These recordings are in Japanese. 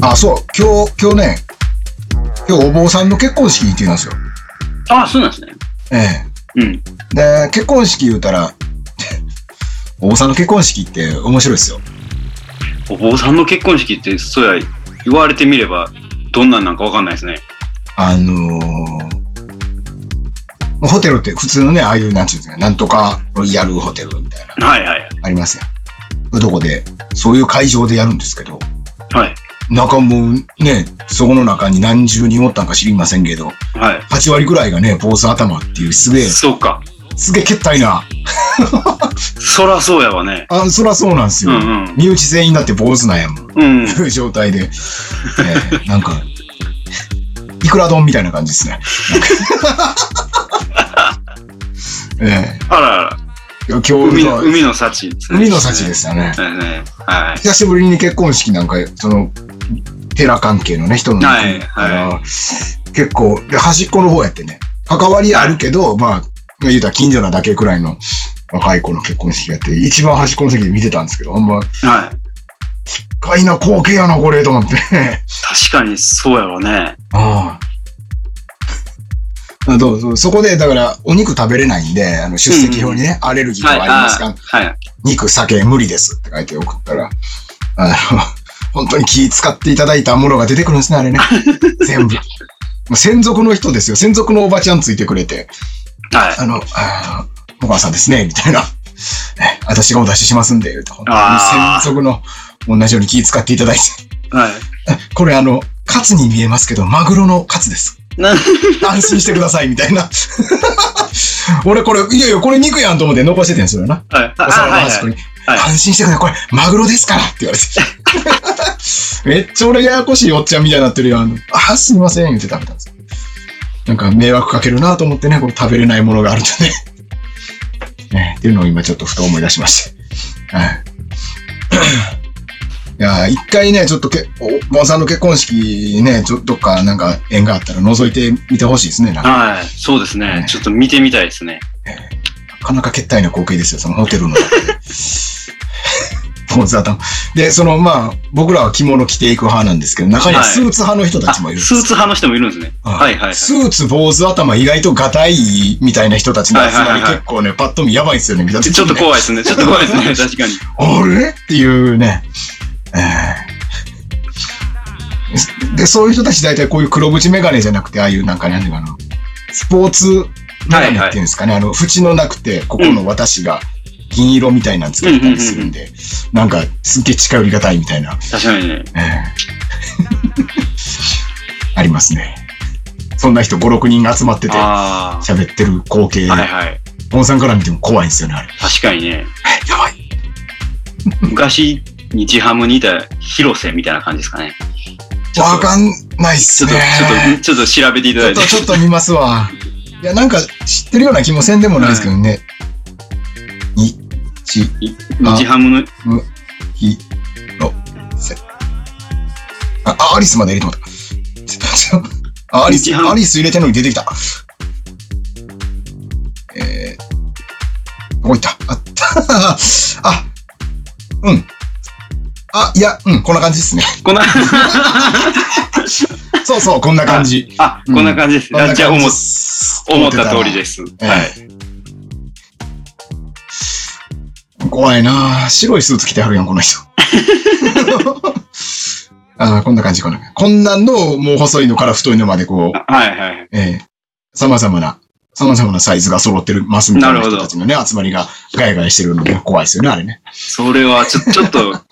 あ、そう、今日、今日ね、今日お坊さんの結婚式に行ってきたんですよ。ああ、そうなんですね。えうん。え。で、結婚式言うたら、お坊さんの結婚式って面白いですよ。お坊さんの結婚式って、そうや、言われてみれば、どんなんなんかわかんないですね。あのーホテルって普通のね、ああいう、なんていうんですか、なんとかロイヤルホテルみたいな、はいはいありますよ。そういうとこで、そういう会場でやるんですけど、はい。中もね、そこの中に何十人おったんか知りませんけど、はい。は8割ぐらいがね、坊主頭っていう、すげえい。、そうか。すげえけったいな。そらそうやわね。あ、そらそうなんですうよ。んうん。身内全員だって坊主なんやもん。うん。いう 状態で、えーなんか、いくら丼みたいな感じですね。なんか えあらあら。ー今日海のの、海の幸ですね。海の幸でしたね。すね。はい。久しぶりに結婚式なんか、その、寺関係のね、人の、はいはいあの結構で、端っこの方やってね、関わりあるけど、まあ、言うたら近所なだけくらいの若い子の結婚式やって、一番端っこの席で見てたんですけど、ほんま、はい。かいな光景やな、これ、と思って。確かにそうやろね。ああ。どうぞ。そこで、だから、お肉食べれないんで、あの出席表にね、アレルギーとはかあい。りますか、はい。はい肉、酒、無理ですって書いて送ったら、あの、本当に気使っていただいたものが出てくるんですね、あ れね。全部。もう専属の人ですよ。専属のおばちゃんついてくれて、はい。あの、あーお母さんですね、みたいな。え私がお出ししますんで、言うと、本当にあー専属の同じように気使っていただいて。はい。これあの、カツに見えますけど、マグロのカツです。な安心してください、みたいな。 俺これ、いやいや、これ肉やんと思って残しててんすよな。はい。あお皿のはい端っこはいに。はい安心してください、これマグロですからって言 われて。めっちゃ俺ややこしいおっちゃんみたいになってるよ。あのあ、すみません、言って食べたんですよ。なんか迷惑かけるなと思ってね、これ食べれないものがあるとね。 ねっていうのを今ちょっとふと思い出しました。はい。いやー一回ね、ちょっとけ、お坊さんの結婚式ね、ちょっとどっかなんか縁があったら覗いてみてほしいですね。なんかはい。そうですね。ちょっと見てみたいですね。なかなか決体な光景ですよ、そのホテルの 中で。ポーズ頭。で、その、まあ、僕らは着物着ていく派なんですけど、中にはスーツ派の人たあ、ちもいるんですスーツ派の人もいるんですね。うんはいはいはい。スーツ、坊主頭、意外とガタイみたいな人たちの集はいまはいり、はいはい結構ね、パッと見やばいですよね、見た時ちにねょっと怖いですね。ちょっと怖い ですね。確かに。あれっていうね。えーで、そういう人たち大体こういう黒縁メガネじゃなくて、ああいうなんかなんていうかな、スポーツメガネっていうんですかね、あの、縁のなくて、ここの私が銀色みたいなのつけてたりするんで、なんかすっげえ近寄りがたいみたいな、確かにね。えー ありますね。そんな人5、6人集まっててあ喋ってる光景、あ。はいはい。ボンさんから見ても怖いんですよね、あれ。確かにね。えやばい。昔、日ハムにいた広瀬みたいな感じですかね。ちょっとわかんないっちすょっと、ね。ちょっと、ちょっと調べていたちだょっいてと、。ちょっと見ますわ。いや、なんか知ってるような気もせんでもないですけどね。に、ち、あ日ハムの、ひ、ろ、せ。あ、あアリスまで入れてもらった。ちょっと、ちょっとあアリス、一番アリス入れてんのに出てきた。えー、どこ行ったあった。あ、うん。あ、いや、うん、こんな感じですね。 こんな、そうそう、こんな感じ。あ、こんな感じです。こんあなじゃあ、感思じっす思った通りです。ええはい。怖いなあ白いスーツ着てはるやん、この人。 ああ、こんな感じかな。こんなんの、もう細いのから太いのまでこう、はいはい。ええ様々な、様々なサイズが揃ってるますみたいなるなほど人たちのね、集まりがガヤガヤしてるのが怖いですよね、あれね。それは、ちょ、 ちょっと、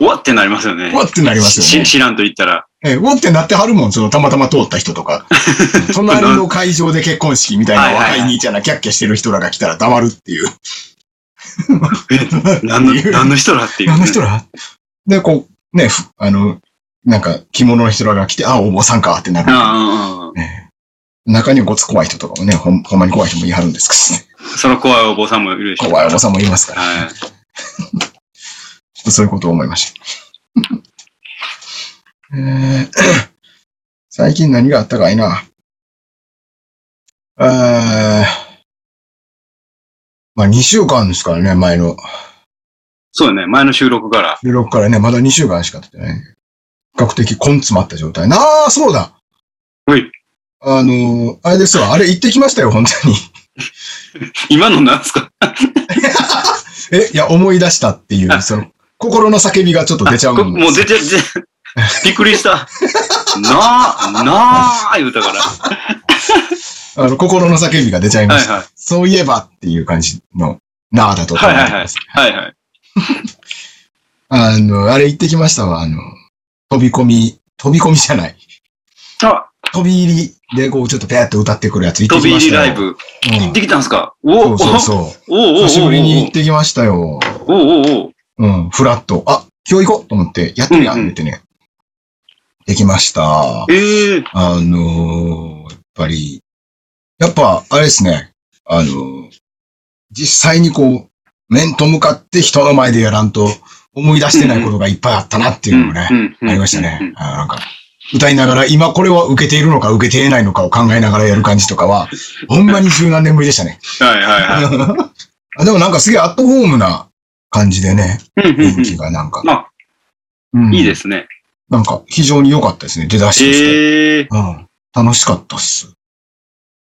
お、おってなりますよね。うわってなりますよしね。知らんと言ったら。ええうわってなってはるもん、そのたまたま通った人 とか。隣の会場で結婚式みたいなはいは若いいはい兄ちゃんがキャッキャしてる人らが来たら黙るっていう。え、 何の、何の人らっていう。あの人らで、こう、ね、ふあの、なんか、着物の人らが来て、あ、お坊さんかってなる。ああ、ね中にはごつ怖い人とかもね、ほんほんまに怖い人もいはるんですけその怖いお坊さんもいるでしどょ。ね、怖いお坊さんもいますから、はい。ちょっとそういうことを思いました。えー 最近何があったかいな。えーまあ2週間ですからね、前のそうよね。前の収録から。収録からね、まだ2週間しか経ってない。較的根詰まった状態。ああ、そうだはい。あのーあれですわ。あれ行ってきましたよ、本当に。今のなんですかえ、いや、思い出したっていう、あその、心の叫びがちょっと出ちゃうこもんですもう出て、出てびっくりした。なあ、なあ、言うたから。はあの、心の叫びが出ちゃいいまはいした。。そういえばっていう感じの、なあだと思います。はいはいはいはい。あの、あれ行ってきましたわ。あの、飛び込み、飛び込みじゃない。あ、飛び入りで、こう、ちょっとペアって歌ってくるやつ行っ飛てきびま入しりたラよ。イブ。う行んってきたんですかおお、おお、おそうそうそおう。、お久しぶりに行っおてきましたよ。お、おお、うん、フラット。あ、今日行こうと思って、やってるやん、うんうん言ってね。できました。ええ、あのーやっぱり、やっぱ、あれですね。あのー実際にこう、面と向かって人の前でやらんと思い出してないことがいっぱいあったなっていうのもね。ありましたね。あーなんか、歌いながら、今これは受けているのか受けていないのかを考えながらやる感じとかは、ほんまに十何年ぶりでしたね。はいはいは あでもなんかすげえアットホームな感じでね、い。うんうんう雰囲ん気がなんか。あうんいいですね。なんか非常に良かったですね、出だしとして。ええ、うん。楽しかったっす。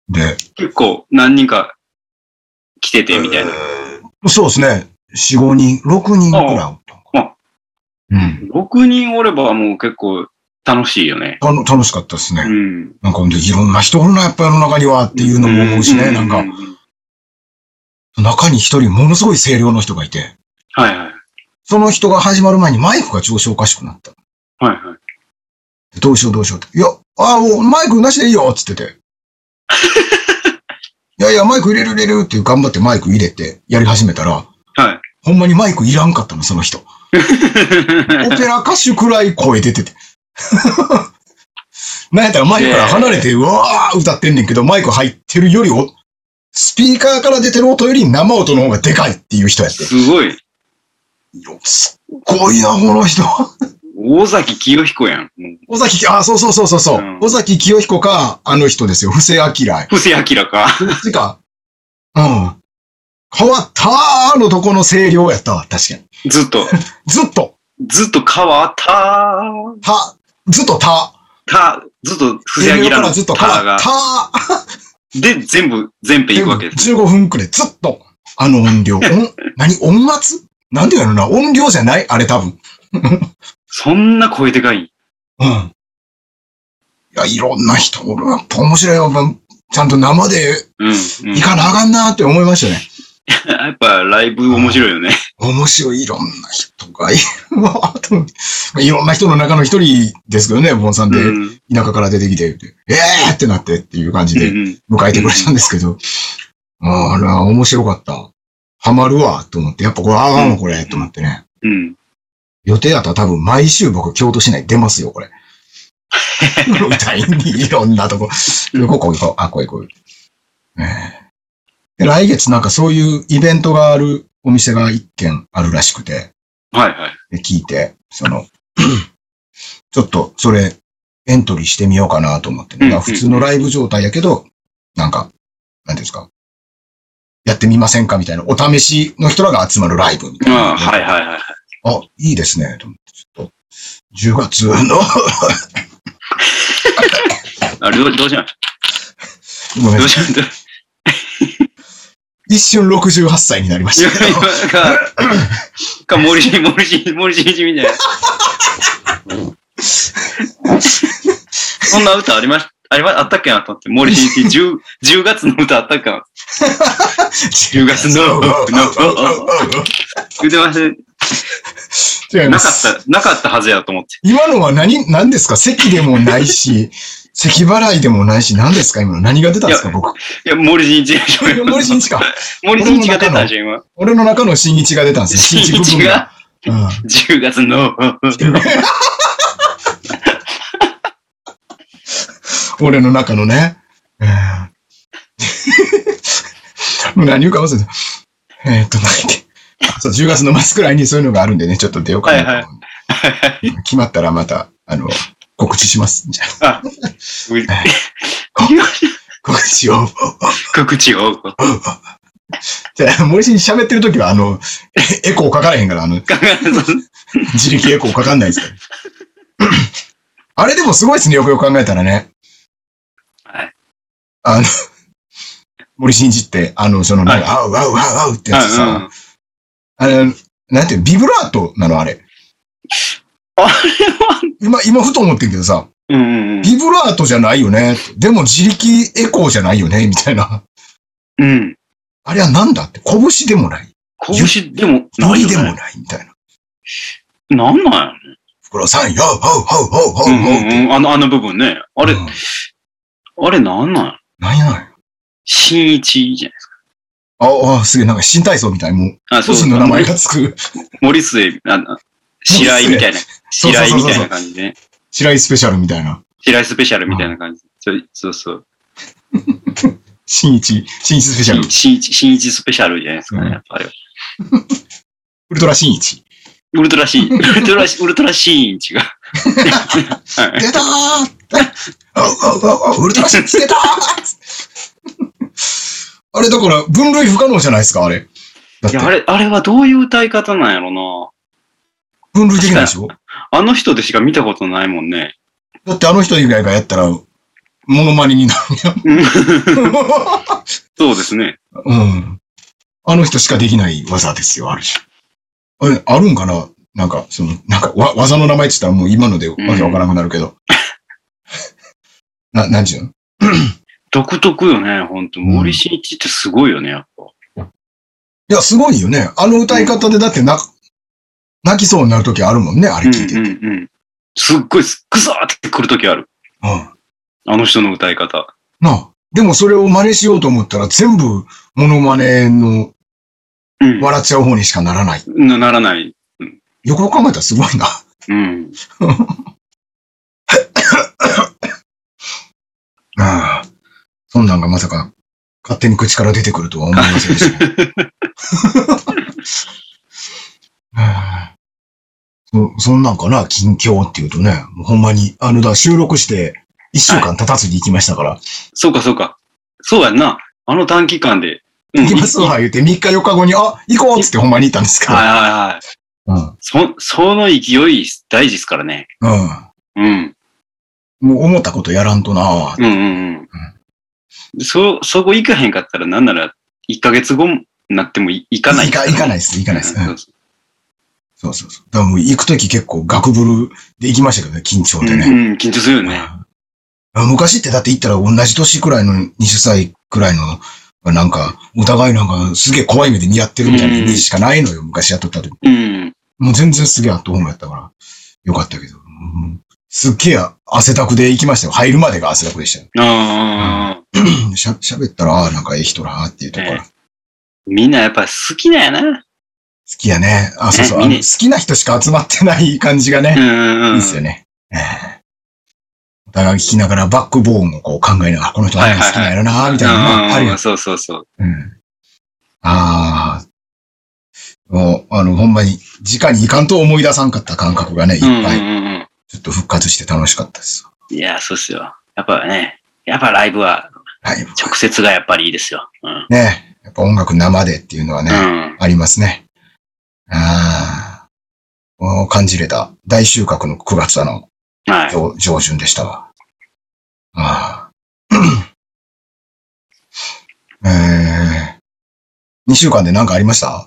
で、結構何人か来ててみたいな。な。そうですね。4、5人、6人くらいおったんああか。うん。 6人おればもう結構楽しいよね。たの楽しかったですね。うん。なんかほんでいろんな人おるな、やっぱ世の中にはっていうのも思うしね、んなんかう。う中に一人ものすごい声量の人がいて、はいはい。その人が始まる前にマイクが調子おかしくなった。はいはい。でどうしようどうしようって。いや、あもうマイクなしでいいよっつ ってて。いやいや、マイク入れる入れるって頑張ってマイク入れてやり始めたら、はい。ほんまにマイクいらんかったの、その人。オペラ歌手くらい声出て て。なんやったらマイクから離れて、うわー歌ってんねんけど、マイク入ってるよりお、スピーカーから出てる音より生音の方がでかいっていう人やって。すごい。すっごいな、こ の人。大崎清彦やん。もう尾崎、あ、そうそうそうそうそう。うん尾崎清彦か、あの人ですよ。布施明。ど布施明か。っちか。うん。変わったーのとこの声量やったわ、確かに。ずっと、ずっと、ずっと変わったた、ずっとた。た、ずっと布施声明量からのずっと変たわがっ、たで、全部、全編ー。行くわけです。 15分くらい、ずっと。あの音量。音、何音圧なんていうのな音量じゃないあれ多分。そんな声でかい。うん。いや、いろんな人おる。やっぱ面白いよ。ちゃんと生でうん。うん、行かなあかんなーって思いましたね。やっぱライブ面白いよね。面白い、いろんな人がいるわ、 と思ってまあいろんな人の中の一人ですけどね、ボンさうんで、ん。田舎から出てきて、えーってなってっていう感じうでん迎えてくれたんですけど、あーあれは面白かった。ハマるわ、と思って、やっぱこれあかんわ、これ、と思ってね。うん。予定だったら多分毎週僕京都市内出ますよ、これ。歌いにいろんなとこ。うんここ行こう、あ、こう行こう。ねえで来月なんかそういうイベントがあるお店が一軒あるらしくて。はいはい。で聞いて、その、 ちょっとそれエントリーしてみようかなと思ってね、うんうん普通のライブ状態やけど、なんか、なんていうんですか、やってみませんかみたいな、お試しの人らが集まるライブみたいな。ああ、はいはいはい。あ、いいですね、と思って、ちょっと、10月の、 あれどうどうしましごめんどなうしさいましどう一瞬68歳になりましたけど。今か、か、 森進、森進、森進一みたいな。そんな歌ありましありまあったっけなと思って、森進一、10、10月の歌あったっけな10月の、 言ってまし 違た。いなまかすった、なかったはずやと思って。今のは何、何ですか咳でもないし、咳払いでもないし、何ですか今の何が出たんですかい僕。いや、森進 一でしょ。森進一か。森進一が出たでしょ、今。俺の中の新一が出たんですね。新部一分が。うん10月の、俺の中のね。うん もう何言うか忘れた。えーっと、なんだっけ。あそう、10月の末くらいにそういうのがあるんでね、ちょっと出ようかなと思うんで決まったらまた、あの、告知します。じゃあ告知を。 告知を、じゃあ、森氏に喋ってる時は、あの、エコーかからへんから、あの、自力エコーかかんないですから。 あれでもすごいですね、よくよく考えたらね。はい。あの、森進一って、あの、その、なんか、あうあうあうあうってやつうんうさん、あれ、なんていうのビブラートなのあれ。 あれ今、今ふと思ってんけどさ、うんうんうん。ビブラートじゃないよね。でも自力エコーじゃないよね、みたいな。うん。あれはなんだって、拳でもない。拳でもノないリよ、でもね。ない、みたいな。なんなんやふくろさん、よ、ほうほうほうほうほううっんて。うんうん。あの、あの部分ね。あれ、うんあれなんなんやなんやなんや。新一じゃないですああ、すげえ、なんか新体操みたい。もう、か。あ、個人の名前がつく。 森末、あの、白井みたいな。そう白井みたいそうそうそなう感じね。白井スペシャルみたいな。白井スペシャルみたいな感じ。そうそうそう。新一、新一スペシャル。新一、新一スペシャルじゃないですかうんね。やっぱあれはウルトラ新一。ウルトラシ ーン、ウルトラシ、ウルトラシーン違う。はい出たーああああウルトラ新一出たーあれだから分類不可能じゃないですか、あれ。だっいや、あてれ、あれはどういう歌い方なんやろな。分類できないでしょあの人でしか見たことないもんね。だってあの人以外がやったら、モノマネになうんる。そうですね。うん。あの人しかできない技ですよ、ある種。あれ、あるんかななんか、その、なんか、わ、技の名前って言ったらもう今のでわけわからなくなるけど。 な、なんちゅうの独特よね、ほんと。森進一ってすごいよね、やっぱ。いや、すごいよね。あの歌い方でだって泣く、泣きそうになる時あるもんね、あれうん聞いてて。うんうん。すっごいす、くそーってくるときある。うん。あの人の歌い方。なあ。でもそれを真似しようと思ったら全部モノマネのうん。笑っちゃう方にしかならない。なならない。よくよく考えたらすごいな。うん。ああ。そんなんがまさか、勝手に口から出てくるとは思いませんでした。 ああそ、そんなんかな、近況っていうとね、もうほんまに、あの、だ、収録して、一週間経たずに行きましたから、そうか、そうか。そうやんな。あの短期間で。うん行きますわ、言って、3日4日後に、あ、行こうっつってほんまに行ったんですはいかはいはい。ら。うん。そ、その勢い大事ですからね。うん。うん。もう思ったことやらんとなうんうんうん。そ、そこ行かへんかったら、なんなら、1ヶ月後になってもい行かない。行か行かないい。です、行かないです。うんそうそうそうそうそう。だからもう行くとき結構ガクブルで行きましたけどね、緊張うんでね。うん、緊張するよね。あ昔ってだって言ったら同じ年くらいの、20歳くらいの、なんか、お互いなんかすげえ怖い目で似合ってるみたいなイメージしかないのよ、昔やっとった時。うん。もう全然すげえアットホームやったから、よかったけど。うんすっげえ汗だくで行きましたよ。入るまでが汗だくでしたよ。ああ、うんしゃ、喋ったら、あーなんかええ人らーっていうところ。ええみんなやっぱ好きなんやな。好きやね。あ、そうそう。ねあのみん好なきな人しか集まってない感じがねう。んうんいうん。いっすよね。ええお互い聞きながらバックボーンをこう考えながら、あこの人あんな好きなんやろな、みたいなのがあるうよん。。そうそうそう。うん。ああ。もう、あの、ほんまに、直にいかんと思い出さんかった感覚がね、いっうんうんぱい、うんうん。ちょっと復活して楽しかったです。いや、そうっすよ。やっぱね、やっぱライブははい。直接がやっぱりいいですよ。うん。ね。やっぱ音楽生でっていうのはうね、ん。ありますね。ああ。もう感じれた大収穫の9月のはい。上上旬でしたわ。ああ。 えー、2週間で何かありました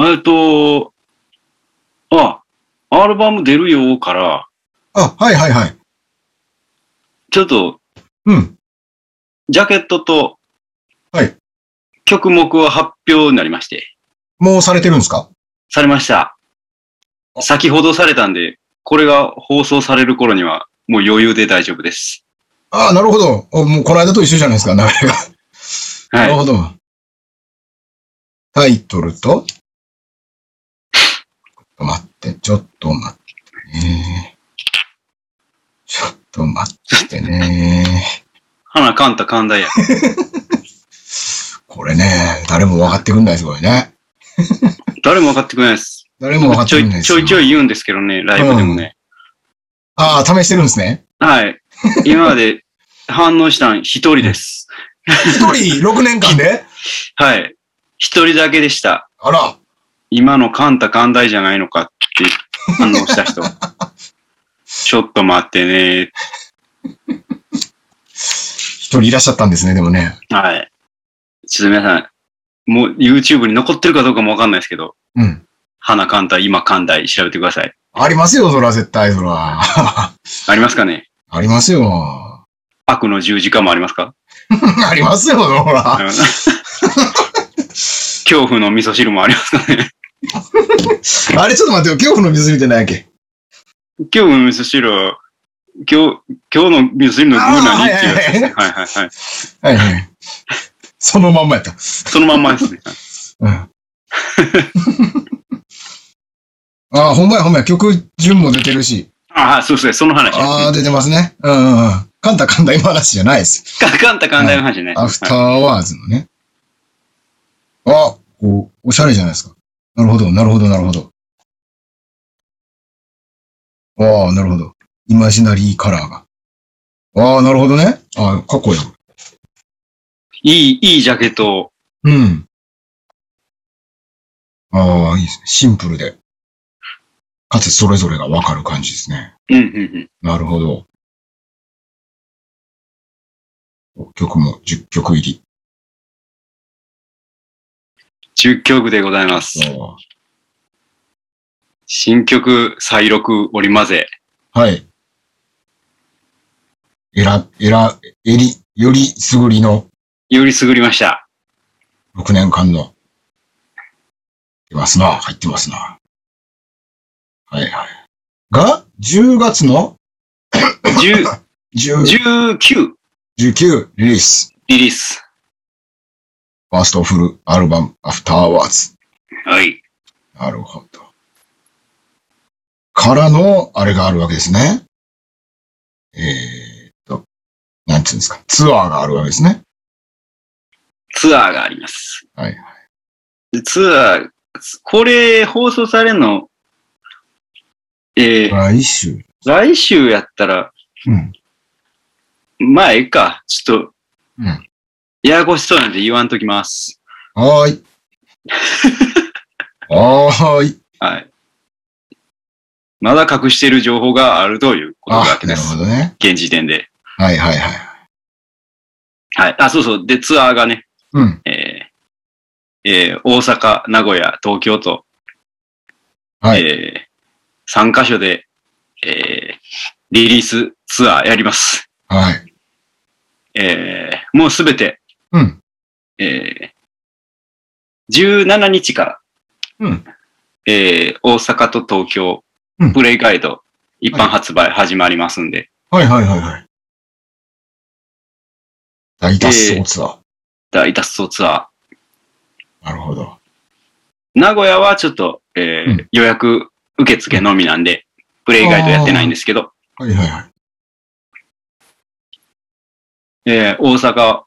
えっと、あ、アルバム出るよから、あ、はいはいはい。ちょっと、うん。ジャケットと、はい。曲目は発表になりまして、もうされてるんですかされました。先ほどされたんで、これが放送される頃には、もう余裕で大丈夫です。ああ、なるほど。おもうこの間と一緒じゃないですか、流れが。 なはるい。ほど。タイトルとちょっと待って、ちょっと待ってね。ちょっと待ってね。花かんた寛大や。これね、誰も分かってくんないです、これね。誰も分かってくれないです。誰も分かってちょくんいないですちょよ。いちょい言うんですけどね、ライブでもね。ああ、試してるんですね。はい。今まで反応したん一人です。一 人6年間ではい。一人だけでした。あら、 今のカンタカンダイじゃないのかって反応した人。ちょっと待ってね。一人いらっしゃったんですね、でもね。はい。ちょっと皆さん、もう YouTube に残ってるかどうかもわかんないですけど、うん。花寛大、今寛大調べてください。ありますよ、そら、絶対、そら。 ありますかねありますよ。 悪の十字架もありますかありますよ、そあら。の 恐怖の味噌汁もありますかねあれ、ちょっと待ってよ、恐怖の水見てないっけ恐怖の味噌汁は、今日、今日の味噌汁の具何っていうやつですね。はいはいはい。はいはい。そのまんまやった。そのまんまですね。うん。ああ、ほんまやほんまや。曲順も出てるし。ああ、そうそう、その話。ああ、か出てますね。うんうんうん。カンタカンタ今話じゃないです。かんたかんだいの話ね。アフターはいワーズのね。あ、こう、おしゃれじゃないですか。なるほど、なるほど、なるほど。ああ、なるほど。イマジナリーカラーが。ああ、なるほどね。ああ、かっこいい。いい、いいジャケットを。うん。ああ、いいですね。シンプルで。かつそれぞれがわかる感じですね。うんうんうん。なるほど。曲も10曲入10曲でございますり。。あ新曲、再録、織り混ぜ。あはい。えら、えら、えり、よりすぐりのよりすぐりました。 6年間の。出ますな。入ってますな。はいはい。が、10月の 10 10 19 19リリース。リリース。ファーストフルアルバム、アフターワーズ。はい。なるほど。からの、あれがあるわけですね。えーっと、なんていうんですか、ツアーがあるわけですね。ツアーがあります。はいでツアー、これ放送されるの、えー来週。来週やったら、うん。まあ、ええか。ちょっと、うんややこしそうなんで言わんときます。は ーい。はーい。はい。まだ隠している情報があるということだあ、けなでるほす。どね。現時点で。はいはいはい。はい。あ、そうそう。で、ツアーがね、うん。えーえー大阪、名古屋、東京と、はいえ3カ所で、えーリリースツアーやります。はい。えーもうすべて、うん。えー17日から、うんえー大阪と東京うん、プレイガイド、一般発売始まりますんで、はいはいはいはい。大脱走ツアー。大脱走ツアなるほど。ー。名古屋はちょっと、えーうん予約受付のみなんで、プレイガイドやってないんですけど、はいはいはい。えー大阪、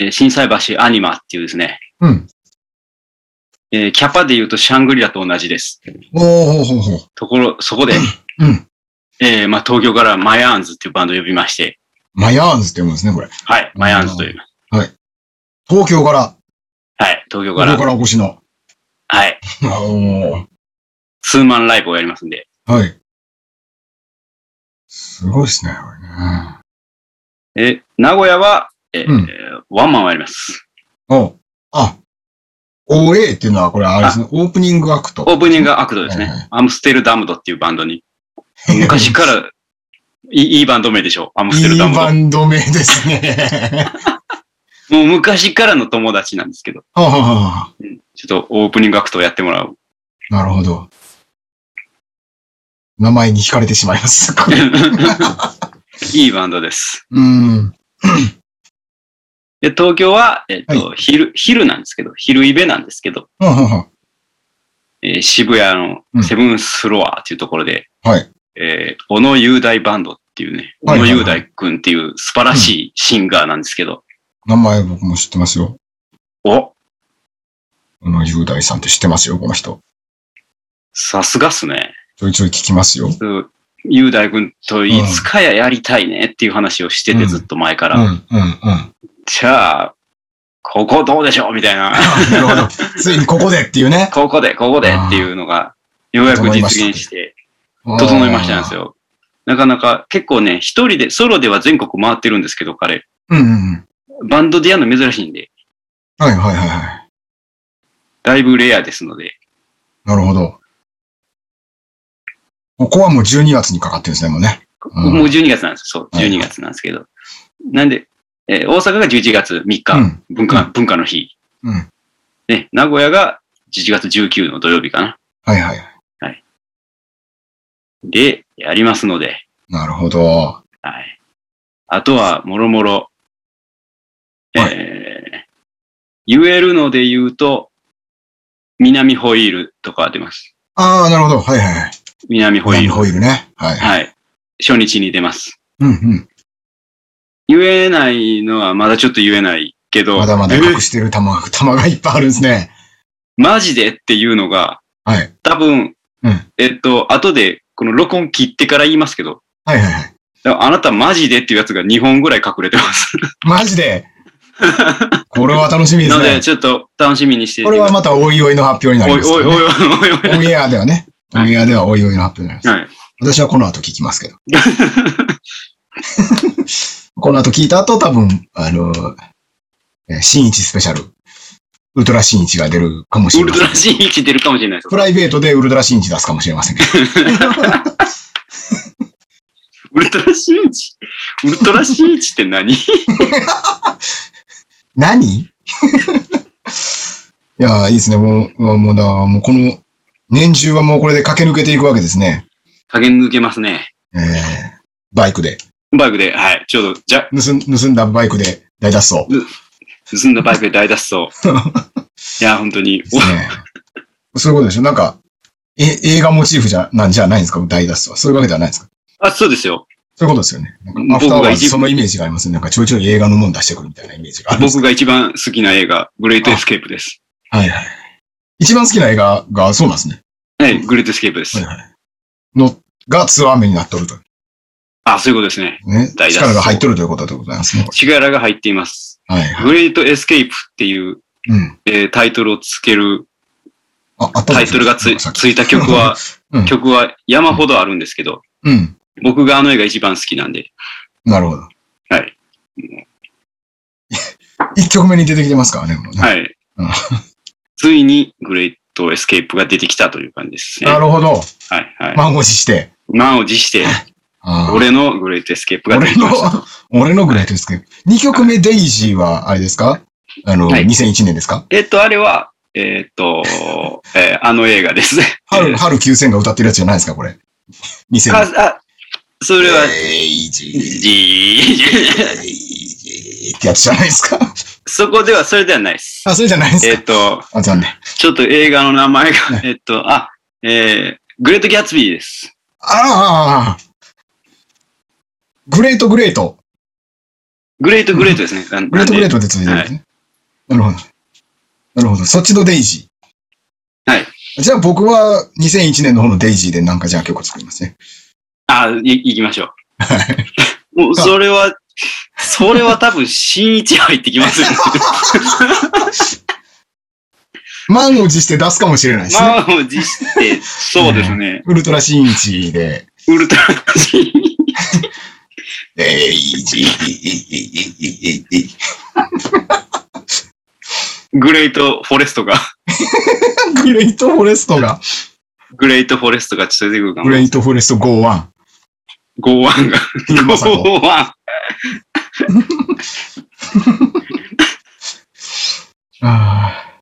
えー、震災橋アニマっていうですね、うん。えーキャパで言うとシャングリラと同じです。おーほうほうほう。ところ、そこで、うん。えーまあ、東京からマヤーンズっていうバンドを呼びまして、マヤーンズって読むんですね、これ。はい、マヤーンズという、東京から、はい、東京か東京らか、らお越しの。はい、おツーマンライブをやりますんで、はい。すごいですね、これね。えー名古屋は、えーうんワンマンをやります。おあ、OA っていうのはこれあれですね、オープニングアクト。オープニングアクトですね、はいはいアムステルダムドっていうバンドに、昔から、いいいいバンド名でしょう、アムステいルいダムド。バンド名ですね。もう昔からの友達なんですけど、はあはあはあちょっとオープニングアクトをやってもら う。なるほど。名前に惹かれてしまい ます。いいバンドです。うん。で、東京は、えっ、と、昼、昼なんですけど、昼イベなんですけど、はあはあはあえー渋谷うんのセブンスフロアっていうところで、はいえー小野雄大バンドっていうね、は小いは野いはい雄大くんっていう素晴らしいシンガーなんですけど、名前僕も知ってますよ。お、この雄大さんって知ってますよ、この人。さすがっすね。ちょいちょい聞きますよ。うん雄大くんといつかややりたいねっていう話をしてうて、んずっと前かうら。ん、うん、うん。 じゃあ、ここどうでしょうみたい な。なるほど。ついにここでっていうね。ここで、ここでっていうのが、ようやく実現して、整いましたなんです。よ。なかなか結構ね、一人で、ソロでは全国回ってるんですけど、彼。うんうんうん。バンドでやるの珍しいんで、はいはいはいはい。だいぶレアですので。なるほど。ここはもう12月にかかってるんですね、もうね。うんもう12月なんですよ。そう、はい12月なんですけど。なんで、えー大阪が11月3日、うん文化、文化の日。うん。ね、名古屋が11月19の土曜日かな。はいはい。で、やりますので、なるほど。はい。あとは、もろもろ、えーは言えるので言うと、南ホイールとか出ます。ああ、なるほど。はいはいはい。南ホイー南ル。ホイールね。はい。はい。初日に出ます。うんうん。言えないのはまだちょっと言えないけど、まだまだえ隠してる玉が、玉がいっぱいあるんですね。マジでっていうのが、はい。多分、うんえっと、後で、この録音切ってから言いますけど、はいはいはい。あなたマジでっていうやつが2本ぐらい隠れてます。マジで。 これは楽しみでなすので、ね。ちょっと楽しみにしていてこれはまたおいおいの発表になおいりおいますかおいらおいね。おいオンエアではね。オンエアではおいおいの発表になります。はい。私はこの後聞きますけど。 この後聞いた後、多分、あの、えー新一スペシャル、ウルトラ新一が出るかもしウれルまトせんラ。シーン1出るかもしれないですプ。ライベートでウルトラ新一出すかもしれませんけ ど。ウルトラシーン1ウルトラシーン1って 何何 いやー、いいですね。もう、もうもうだ、もうこの、年中はもうこれで駆け抜けていくわけですね。加減抜けますね。えー、バイクで。バイクで、はい。ちょうど、じゃ、盗ん、盗んだバイクで大脱走。盗んだバイクで大脱走。いや、本当にで。すね。そういうことでしょなんか、え、映画モチーフじゃ、なんじゃないんですか大脱走は。そういうわけではないんですかあ、そうですよ。そういうことですよね。なんか、アフ僕タがーは一部そのイメージがありますね。なんかちょいちょい映画のもん出してくるみたいなイメージがあるんです僕が一番好きな映画、グレートエスケープです。はいはい。一番好きな映画が、そうなんですね。はい、グレートエスケープです。はいはい。の、がツアー目になっとると。あ、そういうことですね。ね。大脱走力が入っとるということでございますね。こ力が入っています。れはいはい。グレートエスケープっていう、うん。えータイトルをつける、あ、あったタイトルがつさっきついた曲は、 うん曲は山ほどあるんですけど、うん。僕があの映画一番好きなんで、なるほど。はい。 一曲目に出てきてますからね、もうねはいうん。ついにグレートエスケープが出てきたという感じですね。はないるほど。はい。満を持して。満を持して、あー俺のグレートエスケープが出て俺きのました。、 俺のぐらいですけど。2曲目、デイジーは、あれですかあの、はい2001年ですかえっと、あれは、えっと、えーあの映画ですね。春、春9000が歌ってるやつじゃないですか、これ。2000か年。あ、それは、デイジー、じーデイジーってやつじゃないです かそこでは、それではないです。あ、それじゃないですえかっと、あ、残念。ちょっと映画の名前がは、えっと、あ、えー、グレート・ギャツビーです。ああグレートグレート。グレート・グレートですね。なん グレートグレーなんでトで続いてるんですね。なるほど。なるほど。そっちのデイジー。はい。じゃあ僕は2001年の方のデイジーでなんかじゃあ曲作りますね。あ、い、行きましょはう。もう、それは、それは多分、新一入ってき ますよ。い。 満を持して出すかもしれないですね。満を持して、そうですね。ウルトラシンチで、ウルトラシーンデイジー。グレート・フォレストが、グレートフォレストが、グレート・フォレストがちょっと出てくるかグも。レートフォレスト51。ゴーワンが、まさかゴーワン。ああ。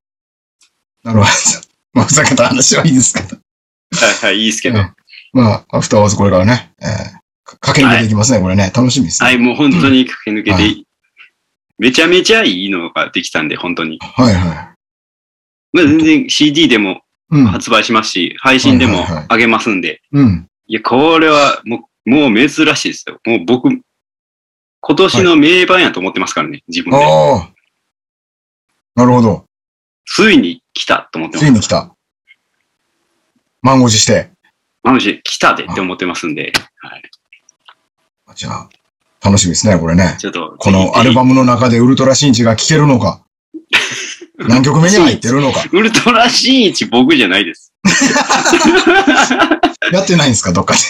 なるほど。 まあ、ふざけた話はいいですけど。はいはい、いいですけど。うんまあ、アフターワーズこれからね、えー、か駆け抜けていきますね、これね。楽しみですはね。い、もう本当に駆け抜けはて、めちゃめちゃいいのができたんで、本当に。はい、はまあ、全然 CD でもい。うん。発売しますし、配信でもはいはいはい上げますんで。うん。いや、これはもう、もう珍しいですよ。もう僕、今年の名盤やと思ってますからね、自分で。ああ。なるほど。ついに来たと思ってまついにす。来た。満を持して。マムシ、来たでって思ってますんで、はい、じゃあ、楽しみですね、これね。ちょっと。このアルバム。ムの中でウルトラシンチが聴けるの か。何 曲目に入ってるのか。ウルトラシンイチ僕じゃないです。やってないんですか、どっ かで。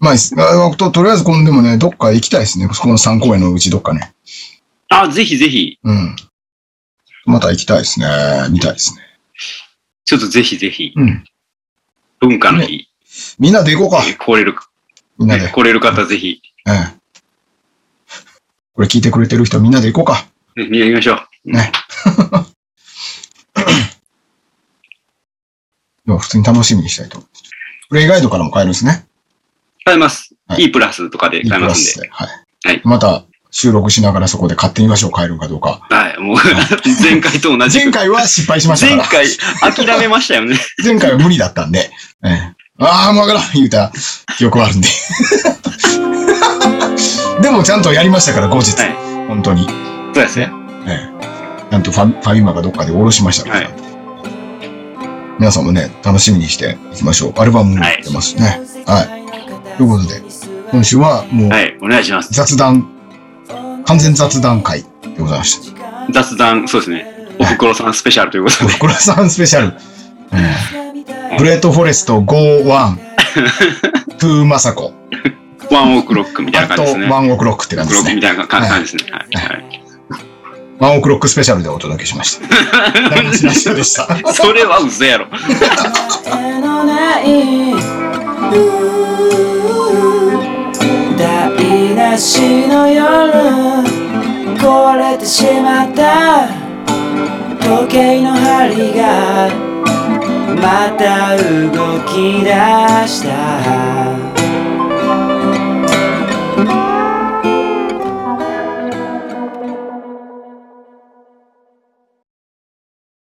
まあいいっすあと、とりあえず、この、でもね、どっか行きたいですね。この3公演のうちどっかね。あ、ぜひぜひ。うん。また行きたいですね。見たいですね。ちょっとぜひぜひ。うん。文化の日。みんなで行こうか。来れる、みんなで。来れる方ぜひ。うん。これ聞いてくれてる人みんなで行こうか。ね見に行きましょう。でも普通に楽しみにしたいと思います。プレイガイドからも買えるんですね。買えます。はい E プラスとかで買えますんで。で。はい。はいまた収録しながらそこで買ってみましょう。買えるかどうか。はい、もう、前回と同じく。前回は失敗しましたか前ら。回、諦めましたよね。前回は無理だったんで。ええああ、もうわからん言うた記憶はあるんで。 でもちゃんとやりましたから、後日。はい本当に。そうですね。ええ、なんとファファミマがどっかでおろしましたから、は皆さんもね楽しみにしていきましょうアルバムも出ますねはい、ということで今週はもうはい、お願いします。雑談、完全雑談会でございました雑談、そうですね。おふくろさんスペシャルということおで。ふくろさんスペシャル、ええグレートフォレスト51 2マサコ ワンオークロックみたいなあ感じとですね。ワンオクロックって感ブじでロすックねみたいな感じですね。はい。はいワンオクロックスペシャルでお届けしま した大変な人でしたそれは嘘やろ。手のない台無しの夜壊れてしまった時計の針がまた動き出した